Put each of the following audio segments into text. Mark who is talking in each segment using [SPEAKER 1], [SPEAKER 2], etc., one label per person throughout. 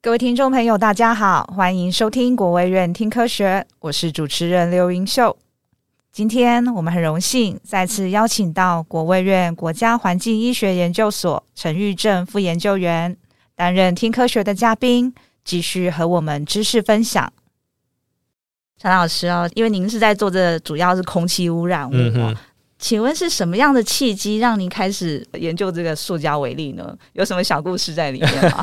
[SPEAKER 1] 各位听众朋友，大家好，欢迎收听国卫院听科学，我是主持人刘云秀。今天我们很荣幸再次邀请到国卫院国家环境医学研究所陈玉正副研究员担任听科学的嘉宾，继续和我们知识分享。陈老师哦，因为您是在做这主要是空气污染物、
[SPEAKER 2] 嗯
[SPEAKER 1] 哦
[SPEAKER 2] 哼，
[SPEAKER 1] 请问是什么样的契机让您开始研究这个塑胶微粒呢？有什么小故事在里面 吗？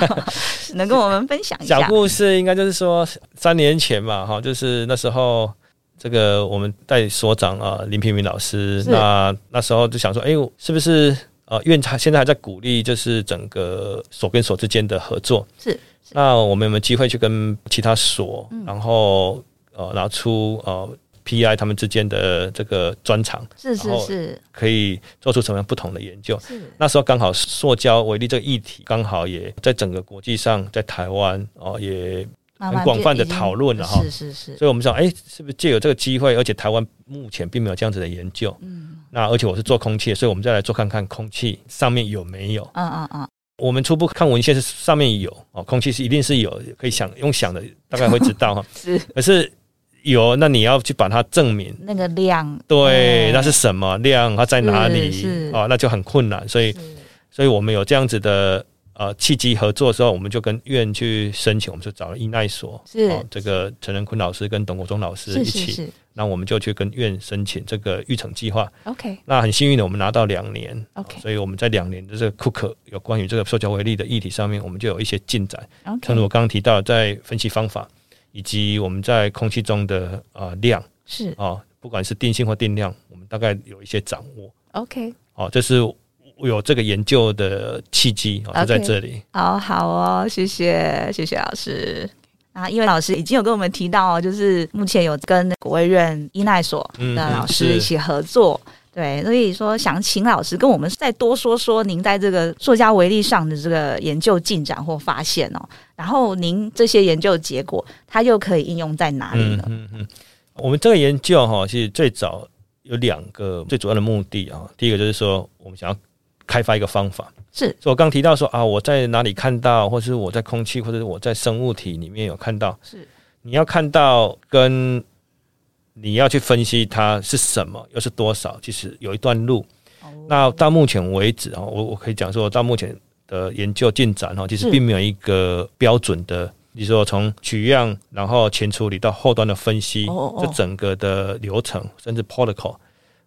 [SPEAKER 1] 能跟我们分享一下
[SPEAKER 2] 小？故事应该就是说三年前吧，哈，就是那时候这个我们带所长啊林平明老师，
[SPEAKER 1] 是
[SPEAKER 2] 那那时候就想说，哎、是不是呃，因为他现在还在鼓励就是整个所跟所之间的合作，
[SPEAKER 1] 是是嗯
[SPEAKER 2] 那我们有没有机会去跟其他所，然后呃拿出呃 PI 他们之间的这个专长，
[SPEAKER 1] 是是是
[SPEAKER 2] 可以做出什么样不同的研究？
[SPEAKER 1] 是，
[SPEAKER 2] 那时候刚好塑胶为例这个议题，刚好也在整个国际上，在台湾哦也，
[SPEAKER 1] 慢慢
[SPEAKER 2] 很广泛地
[SPEAKER 1] 就已经
[SPEAKER 2] 讨论了哈
[SPEAKER 1] 是是是，
[SPEAKER 2] 所以我们想，哎、是不是借有这个机会？而且台湾目前并没有这样子的研究，
[SPEAKER 1] 嗯
[SPEAKER 2] 那而且我是做空气的，所以我们再来做看看空气上面有没有。
[SPEAKER 1] 嗯嗯嗯，。
[SPEAKER 2] 我们初步看文献是上面有哦，空气是一定是有，可以想用想的大概会知道哈
[SPEAKER 1] 是
[SPEAKER 2] 可是有，那你要去把它证明，
[SPEAKER 1] 那个量，
[SPEAKER 2] 对，
[SPEAKER 1] 嗯
[SPEAKER 2] 那是什么量，它在哪
[SPEAKER 1] 是是
[SPEAKER 2] 里哦，那就很困难，所以。
[SPEAKER 1] 是
[SPEAKER 2] 所以我们有这样子的呃契机合作之后，我们就跟院去申请，我们就找了医奈所，
[SPEAKER 1] 是
[SPEAKER 2] 哦、这个陈仁坤老师跟董国忠老师
[SPEAKER 1] 是
[SPEAKER 2] 一
[SPEAKER 1] 是
[SPEAKER 2] 起，
[SPEAKER 1] 是
[SPEAKER 2] 那我们就去跟院申请这个育成计划。
[SPEAKER 1] ，OK
[SPEAKER 2] 那很幸运的，我们拿到两年。
[SPEAKER 1] OK
[SPEAKER 2] 所以我们在两年的这个 Cook 有关于这个塑胶微粒的议题上面，我们就有一些进展。正
[SPEAKER 1] OK，
[SPEAKER 2] 如我刚刚提到，在分析方法以及我们在空气中的呃量
[SPEAKER 1] 是
[SPEAKER 2] 啊、哦不管是定性或定量，我们大概有一些掌握。
[SPEAKER 1] OK，
[SPEAKER 2] 哦，这是我有这个研究的契机哦，就在
[SPEAKER 1] OK
[SPEAKER 2] 这里。
[SPEAKER 1] 好好哦，谢谢谢谢老师。啊，因为老师已经有跟我们提到哦，就是目前有跟国卫院医奈所
[SPEAKER 2] 嗯
[SPEAKER 1] 的
[SPEAKER 2] 嗯
[SPEAKER 1] 老师一
[SPEAKER 2] 是
[SPEAKER 1] 起合作，对，所以说想请老师跟我们再多说说您在这个塑胶微粒上的这个研究进展或发现哦，然后您这些研究结果，它又可以应用在哪里
[SPEAKER 2] 嗯
[SPEAKER 1] 呢？
[SPEAKER 2] 嗯嗯，我们这个研究哈、其实最早有两个最主要的目的啊、第一个就是说，我们想要开发一个方法。
[SPEAKER 1] 是
[SPEAKER 2] 所以我刚提到说啊，我在哪里看到，或是我在空气，或者是我在生物体里面有看到，
[SPEAKER 1] 是
[SPEAKER 2] 你要看到跟你要去分析它是什么，又是多少，其实有一段路。
[SPEAKER 1] 哦
[SPEAKER 2] 那到目前为止啊，我我可以讲说，到目前的研究进展啊哈，其实
[SPEAKER 1] 是
[SPEAKER 2] 并没有一个标准的，你说从取样，然后前处理到后端的分析，
[SPEAKER 1] 哦哦哦
[SPEAKER 2] 这整个的流程甚至 protocol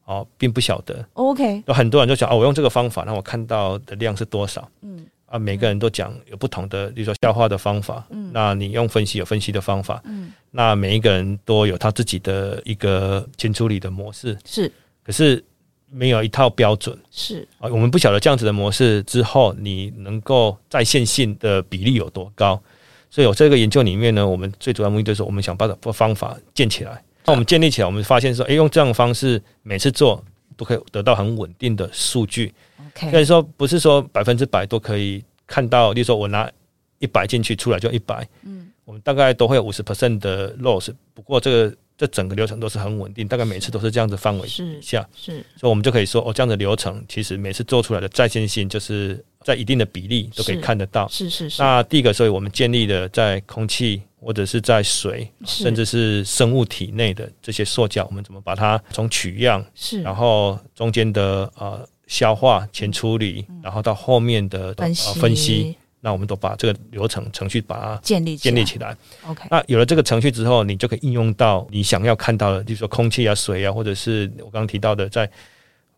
[SPEAKER 2] 哦，并不晓得。
[SPEAKER 1] OK，
[SPEAKER 2] 有很多人就想哦，我用这个方法，那我看到的量是多少
[SPEAKER 1] 嗯
[SPEAKER 2] 啊？每个人都讲有不同的，比如说消化的方法，
[SPEAKER 1] 嗯
[SPEAKER 2] 那你用分析有分析的方法，
[SPEAKER 1] 嗯，
[SPEAKER 2] 那每一个人都有他自己的一个前处理的模式，
[SPEAKER 1] 是
[SPEAKER 2] 可是没有一套标准。
[SPEAKER 1] 是
[SPEAKER 2] 啊，我们不晓得这样子的模式之后，你能够在线性的比例有多高。所以，我这个研究里面呢，我们最主要目的就是我们想把把方法建起来。那我们建立起来，我们发现说，诶，哎用这样的方式每次做都可以得到很稳定的数据。虽
[SPEAKER 1] OK，
[SPEAKER 2] 然说不是说百分之百都可以看到，例如说我拿一百进去，出来就一百，
[SPEAKER 1] 嗯
[SPEAKER 2] 我们大概都会有五十 percent 的 loss。不过，这个这整个流程都是很稳定，大概每次都是这样子范围
[SPEAKER 1] 是
[SPEAKER 2] 以下。
[SPEAKER 1] 是
[SPEAKER 2] 所以我们就可以说，哦，这样的流程其实每次做出来的在线性，就是在一定的比例都可以看得到。
[SPEAKER 1] 是是是，
[SPEAKER 2] 那第一个，所以我们建立了在空气或者是在水，
[SPEAKER 1] 是
[SPEAKER 2] 甚至是生物体内的这些塑胶，我们怎么把它从取样，
[SPEAKER 1] 是
[SPEAKER 2] 然后中间的呃消化、前处理，然后到后面的
[SPEAKER 1] 嗯分析、
[SPEAKER 2] 呃分析，那我们都把这个流程程序把它
[SPEAKER 1] 建立
[SPEAKER 2] 建立
[SPEAKER 1] 来
[SPEAKER 2] 起来。
[SPEAKER 1] 啊 OK，
[SPEAKER 2] 那有了这个程序之后，你就可以应用到你想要看到的，比如说空气啊、水啊，或者是我刚刚提到的在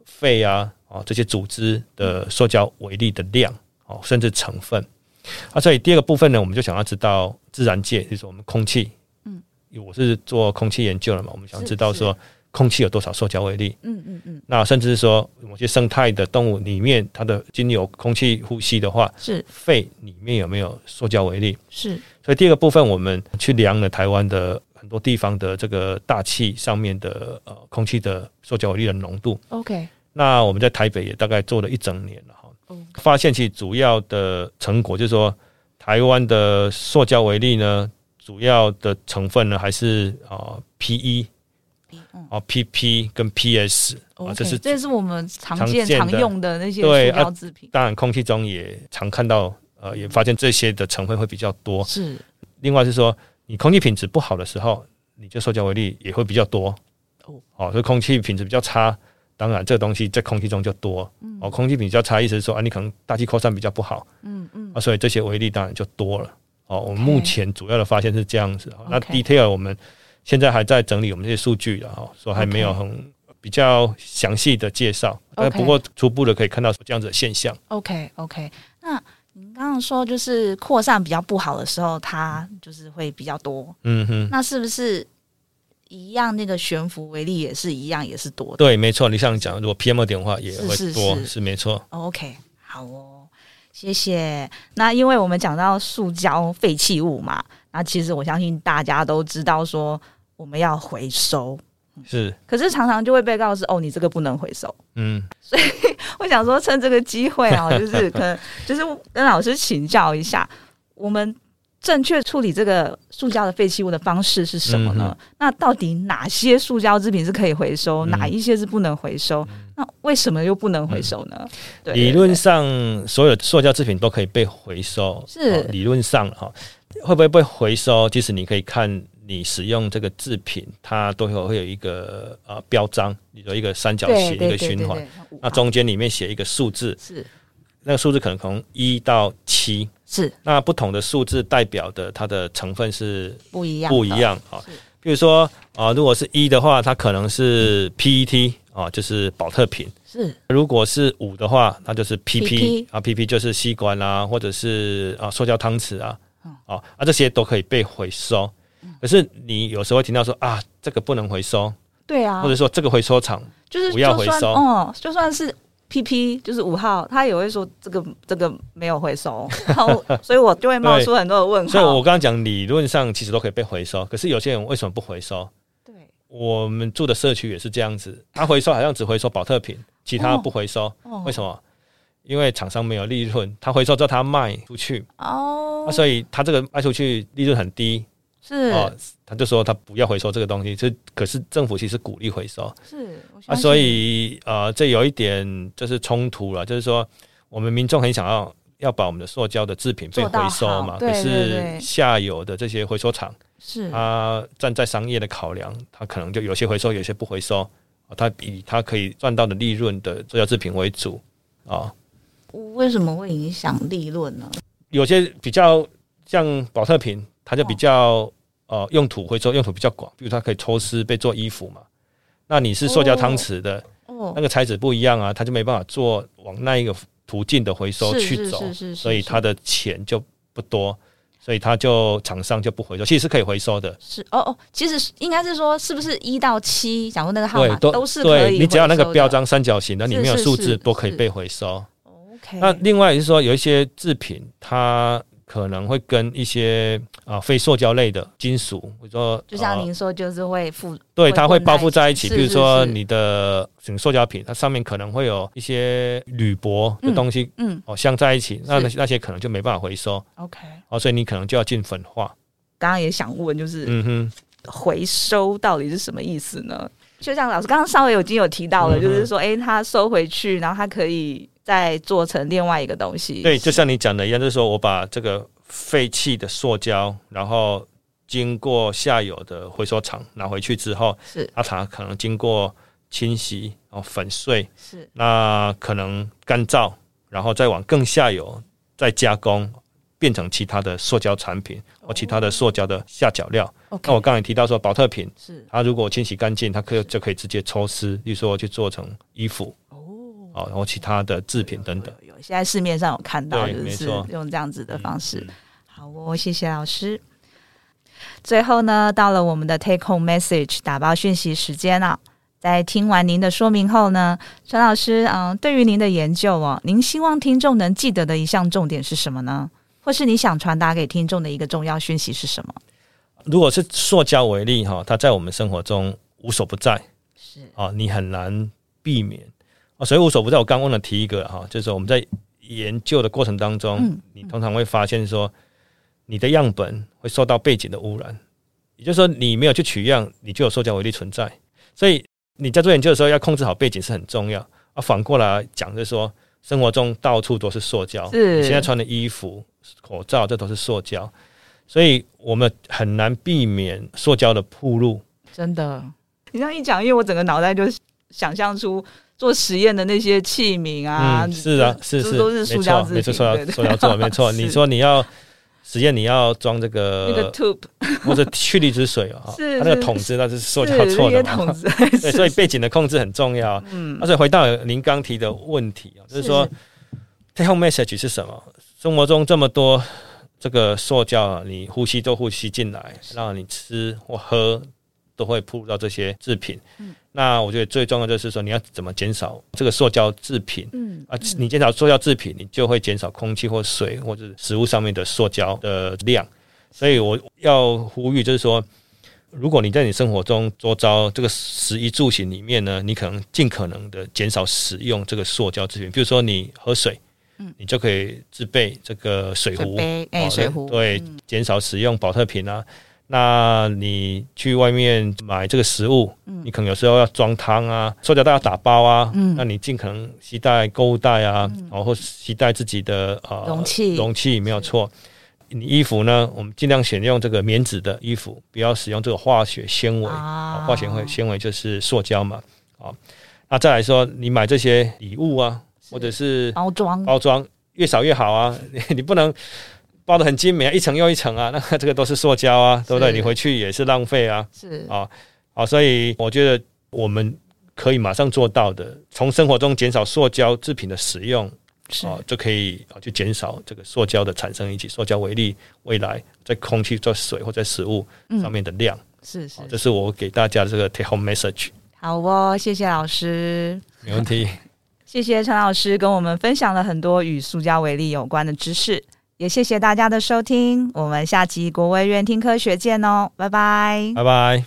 [SPEAKER 2] 肺啊、哦这些组织的塑胶微粒的量哦，甚至成分。啊，所以第二个部分呢，我们就想要知道自然界，就是我们空气，
[SPEAKER 1] 嗯
[SPEAKER 2] 因为我是做空气研究的嘛，我们想
[SPEAKER 1] 是
[SPEAKER 2] 知道说空气有多少塑胶微粒。
[SPEAKER 1] 嗯嗯嗯，
[SPEAKER 2] 那甚至是说某些生态的动物里面，它的经由空气呼吸的话，
[SPEAKER 1] 是
[SPEAKER 2] 肺里面有没有塑胶微粒？
[SPEAKER 1] 是
[SPEAKER 2] 所以第二个部分，我们去量了台湾的很多地方的这个大气上面的呃空气的塑胶微粒的浓度。
[SPEAKER 1] OK，
[SPEAKER 2] 那我们在台北也大概做了一整年了哈，
[SPEAKER 1] 嗯
[SPEAKER 2] 发现其实主要的成果就是说，台湾的塑胶微粒呢，主要的成分呢还是啊 PE
[SPEAKER 1] 嗯
[SPEAKER 2] 啊 PP 跟 PS 啊，
[SPEAKER 1] ，OK，
[SPEAKER 2] 这是
[SPEAKER 1] 这是我们常
[SPEAKER 2] 常
[SPEAKER 1] 见
[SPEAKER 2] 见
[SPEAKER 1] 常
[SPEAKER 2] 的
[SPEAKER 1] 用的那些
[SPEAKER 2] 对
[SPEAKER 1] 塑
[SPEAKER 2] 啊
[SPEAKER 1] 料制品，
[SPEAKER 2] 当然空气中也常看到。呃，也发现这些的成分会比较多。
[SPEAKER 1] 是
[SPEAKER 2] 另外是说，你空气品质不好的时候，你就塑胶微粒也会比较多。
[SPEAKER 1] 哦
[SPEAKER 2] 哦，好，所以空气品质比较差，当然这东西在空气中就多。
[SPEAKER 1] 嗯
[SPEAKER 2] 哦，空气品质比较差，意思是说啊，你可能大气扩散比较不好。嗯嗯，啊，所以这些微粒当然就多了。哦，我
[SPEAKER 1] OK
[SPEAKER 2] 们目前主要的发现是这样子。哦那
[SPEAKER 1] OK
[SPEAKER 2] detail 我们现在还在整理我们这些数据的哈，所以还没有
[SPEAKER 1] OK
[SPEAKER 2] 很比较详细的介绍。但
[SPEAKER 1] OK
[SPEAKER 2] 不过初步的可以看到这样子的现象。
[SPEAKER 1] OK OK。那您刚刚说就是扩散比较不好的时候，它就是会比较多。
[SPEAKER 2] 嗯哼。
[SPEAKER 1] 那是不是一样？那个悬浮微粒也是一样，也是多的。
[SPEAKER 2] 对，没错，你像讲，如果 PM 二点五话也会多，
[SPEAKER 1] 是是是
[SPEAKER 2] 没错。
[SPEAKER 1] OK，好哦，谢谢。那因为我们讲到塑胶废弃物嘛，那其实我相信大家都知道说我们要回收，
[SPEAKER 2] 是，
[SPEAKER 1] 可是常常就会被告知哦，你这个不能回收。
[SPEAKER 2] 嗯，
[SPEAKER 1] 我想说趁这个机会啊， 就是可能就是跟老师请教一下，我们正确处理这个塑胶的废弃物的方式是什么呢？那到底哪些塑胶制品是可以回收，
[SPEAKER 2] 嗯
[SPEAKER 1] 哪一些是不能回收？那为什么又不能回收呢？对，
[SPEAKER 2] 理论上所有塑胶制品都可以被回收，
[SPEAKER 1] 是
[SPEAKER 2] 哦理论上哈、会不会被回收？其实你可以看你使用这个制品，它都有会有一个呃标章，有一个三角
[SPEAKER 1] 对
[SPEAKER 2] 形一
[SPEAKER 1] 对对
[SPEAKER 2] 个
[SPEAKER 1] 对
[SPEAKER 2] 循环，
[SPEAKER 1] 对对
[SPEAKER 2] 那中间里面写一个数字，
[SPEAKER 1] 是
[SPEAKER 2] 那个数字可能从一到七，
[SPEAKER 1] 是
[SPEAKER 2] 那不同的数字代表的它的成分是
[SPEAKER 1] 不一样，
[SPEAKER 2] 不一。样啊
[SPEAKER 1] 是。
[SPEAKER 2] 比如说啊、如果是一的话，它可能是 PET 啊、就是保特瓶。
[SPEAKER 1] 是
[SPEAKER 2] 如果是五的话，那就是 PP
[SPEAKER 1] PP
[SPEAKER 2] 啊，PP 就是吸管啊，或者是啊塑胶汤匙啊
[SPEAKER 1] 嗯，
[SPEAKER 2] 啊啊这些都可以被回收。可是你有时候会听到说啊，这个不能回收，
[SPEAKER 1] 对啊，
[SPEAKER 2] 或者说这个回收厂
[SPEAKER 1] 就是
[SPEAKER 2] 不要
[SPEAKER 1] 就
[SPEAKER 2] 回
[SPEAKER 1] 算
[SPEAKER 2] 收
[SPEAKER 1] 哦，就算是 PP，就是五号，他也会说这个这个没有回收， 然后所以我就会冒出很多的问号。
[SPEAKER 2] 所以我刚刚讲理论上其实都可以被回收，可是有些人为什么不回收？
[SPEAKER 1] 对
[SPEAKER 2] 我们住的社区也是这样子，他回收好像只回收保特瓶，其他不回收，
[SPEAKER 1] 哦
[SPEAKER 2] 为什么？因为厂商没有利润，他回收之后他卖出去，
[SPEAKER 1] 哦
[SPEAKER 2] 啊、，所以他这个卖出去利润很低，
[SPEAKER 1] 是、
[SPEAKER 2] 哦，他就说他不要回收这个东西，这可是政府其实鼓励回收
[SPEAKER 1] 是，我
[SPEAKER 2] 啊，
[SPEAKER 1] 相信
[SPEAKER 2] 所以呃，这有一点就是冲突了，就是说我们民众很想要要把我们的塑胶的制品被
[SPEAKER 1] 做到
[SPEAKER 2] 回收嘛
[SPEAKER 1] 好，对对
[SPEAKER 2] 可是
[SPEAKER 1] 对嗯
[SPEAKER 2] 下游的这些回收厂，
[SPEAKER 1] 是
[SPEAKER 2] 他站在商业的考量，他可能就有些回收，有些不回收，啊他以他可以赚到的利润的塑胶制品为主啊，
[SPEAKER 1] 为什么会影响利润呢？
[SPEAKER 2] 有些比较像保特瓶，它就比
[SPEAKER 1] 哦
[SPEAKER 2] 较、呃用途回收用途比较广，比如它可以抽丝被做衣服嘛。那你是塑胶汤匙的、
[SPEAKER 1] 哦
[SPEAKER 2] 那，个材质不一样啊，它就没办法做往那一个途径的回收
[SPEAKER 1] 是
[SPEAKER 2] 去走，
[SPEAKER 1] 是是是是
[SPEAKER 2] 所以它
[SPEAKER 1] 是
[SPEAKER 2] 的钱就不多，所以它就厂商就不回收，其实是可以回收的。
[SPEAKER 1] 是哦哦，其实是应该是说，是不是一到七，讲过那个号
[SPEAKER 2] 对，
[SPEAKER 1] 码啊都是可以
[SPEAKER 2] 对你只要那个
[SPEAKER 1] 回收的
[SPEAKER 2] 标章三角形的，里面有
[SPEAKER 1] 是是
[SPEAKER 2] 数字
[SPEAKER 1] 是
[SPEAKER 2] 都可以
[SPEAKER 1] 是
[SPEAKER 2] 被回收。
[SPEAKER 1] ，OK，
[SPEAKER 2] 那另外是说，有一些制品，它可能会跟一些啊、非塑胶类的金属，比如说
[SPEAKER 1] 就像
[SPEAKER 2] 呃
[SPEAKER 1] 您说，就是会付
[SPEAKER 2] 对
[SPEAKER 1] 会
[SPEAKER 2] 它会
[SPEAKER 1] 混在
[SPEAKER 2] 包覆在一起。
[SPEAKER 1] 是
[SPEAKER 2] 比如
[SPEAKER 1] 是
[SPEAKER 2] 说
[SPEAKER 1] 是
[SPEAKER 2] 你的整个塑胶品，它上面可能会有一些铝箔的东西、
[SPEAKER 1] 嗯
[SPEAKER 2] 哦镶在一起，那那
[SPEAKER 1] 是
[SPEAKER 2] 那些可能就没办法回收
[SPEAKER 1] ，OK，
[SPEAKER 2] 哦，所以你可能就要进焚化。
[SPEAKER 1] 刚刚也想问，就是
[SPEAKER 2] 嗯哼，
[SPEAKER 1] 回收到底是什么意思呢？就像老师刚刚稍微有已经有提到了，
[SPEAKER 2] 嗯哼
[SPEAKER 1] 就是说，诶，它收回去，然后它可以再做成另外一个东西。
[SPEAKER 2] 对，就像你讲的一样，就是说我把这个废弃的塑胶，然后经过下游的回收厂拿回去之后，
[SPEAKER 1] 是
[SPEAKER 2] 阿塔可能经过清洗，然后粉碎，
[SPEAKER 1] 是
[SPEAKER 2] 那可能干燥，然后再往更下游再加工，变成其他的塑胶产品或其他的塑胶的下脚料。
[SPEAKER 1] OK，
[SPEAKER 2] 那我刚才提到说，保特瓶
[SPEAKER 1] 是
[SPEAKER 2] 它如果清洗干净，它可以就可以直接抽丝，例如说去做成衣服
[SPEAKER 1] 哦，
[SPEAKER 2] 啊、哦然后其他的制品等等。
[SPEAKER 1] 有现在市面上有看到，
[SPEAKER 2] 对
[SPEAKER 1] 就
[SPEAKER 2] 没
[SPEAKER 1] 是
[SPEAKER 2] 错
[SPEAKER 1] 用这样子的方式。
[SPEAKER 2] 嗯
[SPEAKER 1] 好哦，谢谢老师。最后呢，到了我们的 take home message 打包讯息时间了、在听完您的说明后呢，陈老师，嗯、对于您的研究哦，您希望听众能记得的一项重点是什么呢？或是你想传达给听众的一个重要讯息是什么？
[SPEAKER 2] 如果是塑胶为例哈，它在我们生活中无所不在
[SPEAKER 1] 是
[SPEAKER 2] 啊，你很难避免啊。所以无所不在，我刚忘了提一个哈，就是我们在研究的过程当中，
[SPEAKER 1] 嗯
[SPEAKER 2] 你通常会发现说，你的样本会受到背景的污染，也就是说你没有去取样，你就有塑胶为例存在。所以你在做研究的时候，要控制好背景是很重要啊。反过来讲，就是说生活中到处都是塑胶，
[SPEAKER 1] 是
[SPEAKER 2] 你现在穿的衣服、口罩，这都是塑胶，所以我们很难避免塑胶的铺路。
[SPEAKER 1] 真的。你这样一讲，因为我整个脑袋就想象出做实验的那些器皿啊，
[SPEAKER 2] 嗯，是啊，是
[SPEAKER 1] 这
[SPEAKER 2] 是，
[SPEAKER 1] 都是
[SPEAKER 2] 没
[SPEAKER 1] 塑胶制
[SPEAKER 2] 错，
[SPEAKER 1] 品，
[SPEAKER 2] 没错，
[SPEAKER 1] 对
[SPEAKER 2] 塑胶
[SPEAKER 1] 对
[SPEAKER 2] 塑胶做，没错。
[SPEAKER 1] 是
[SPEAKER 2] 你说你呃要实验，你要装这
[SPEAKER 1] 那个
[SPEAKER 2] 个
[SPEAKER 1] tube
[SPEAKER 2] 或者去离 子水哦，
[SPEAKER 1] 是
[SPEAKER 2] 它那
[SPEAKER 1] 是
[SPEAKER 2] 个桶子那是塑胶
[SPEAKER 1] 是
[SPEAKER 2] 做
[SPEAKER 1] 那些
[SPEAKER 2] 的嘛
[SPEAKER 1] 桶，子，
[SPEAKER 2] 对，所以背景的控制很重要。啊
[SPEAKER 1] 嗯
[SPEAKER 2] 那，所以回到您刚提的问题啊，就是说 take home message 是什么？生活中这么多这个塑胶啊，你呼吸都呼吸进来，让你吃或喝都会铺到这些制品。
[SPEAKER 1] 嗯
[SPEAKER 2] 那我觉得最重要就是说，你要怎么减少这个塑胶制品。
[SPEAKER 1] 嗯
[SPEAKER 2] 啊，你减少塑胶制品，你就会减少空气或水或者食物上面的塑胶的量。所以我要呼吁，就是说，如果你在你生活中周遭这个食衣住行里面呢，你可能尽可能的减少使用这个塑胶制品，比如说你喝水。你就可以自备这个水
[SPEAKER 1] 水
[SPEAKER 2] 壶，
[SPEAKER 1] 杯哎
[SPEAKER 2] 哦
[SPEAKER 1] 水壶
[SPEAKER 2] 对，减少使用保特瓶啊。那你去外面买这个食物，
[SPEAKER 1] 嗯
[SPEAKER 2] 你可能有时候要装汤啊，塑胶袋要打包啊，那你尽可能携带购物袋啊，然后携带自己的呃
[SPEAKER 1] 嗯容器
[SPEAKER 2] 容器没有错。你衣服呢，我们尽量选用这个棉质的衣服，不要使用这个化学纤维。
[SPEAKER 1] 啊
[SPEAKER 2] 啊，化纤维纤维就是塑胶嘛。啊，那再来说，你买这些礼物啊，或者是
[SPEAKER 1] 包装
[SPEAKER 2] 包装越少越好啊， 你你不能包的很精美啊，一层又一层啊， 那这个都是塑胶啊，对不对？
[SPEAKER 1] 是
[SPEAKER 2] 你回去也是浪费啊，
[SPEAKER 1] 是
[SPEAKER 2] 啊啊，所以我觉得我们可以马上做到的，从生活中减少塑胶制品的使用
[SPEAKER 1] 是
[SPEAKER 2] 啊，就可以啊去减少这个塑胶的产生以及塑胶为例未来在空气、在水或在食物
[SPEAKER 1] 嗯
[SPEAKER 2] 上面的量，
[SPEAKER 1] 是是
[SPEAKER 2] 啊，这是我给大家这个 take home message，
[SPEAKER 1] 好哦，谢谢老师。
[SPEAKER 2] 没 问题。
[SPEAKER 1] 谢谢陈老师跟我们分享了很多与塑胶为例有关的知识，也谢谢大家的收听，我们下集国卫院听科学见哦，拜拜。
[SPEAKER 2] 拜拜。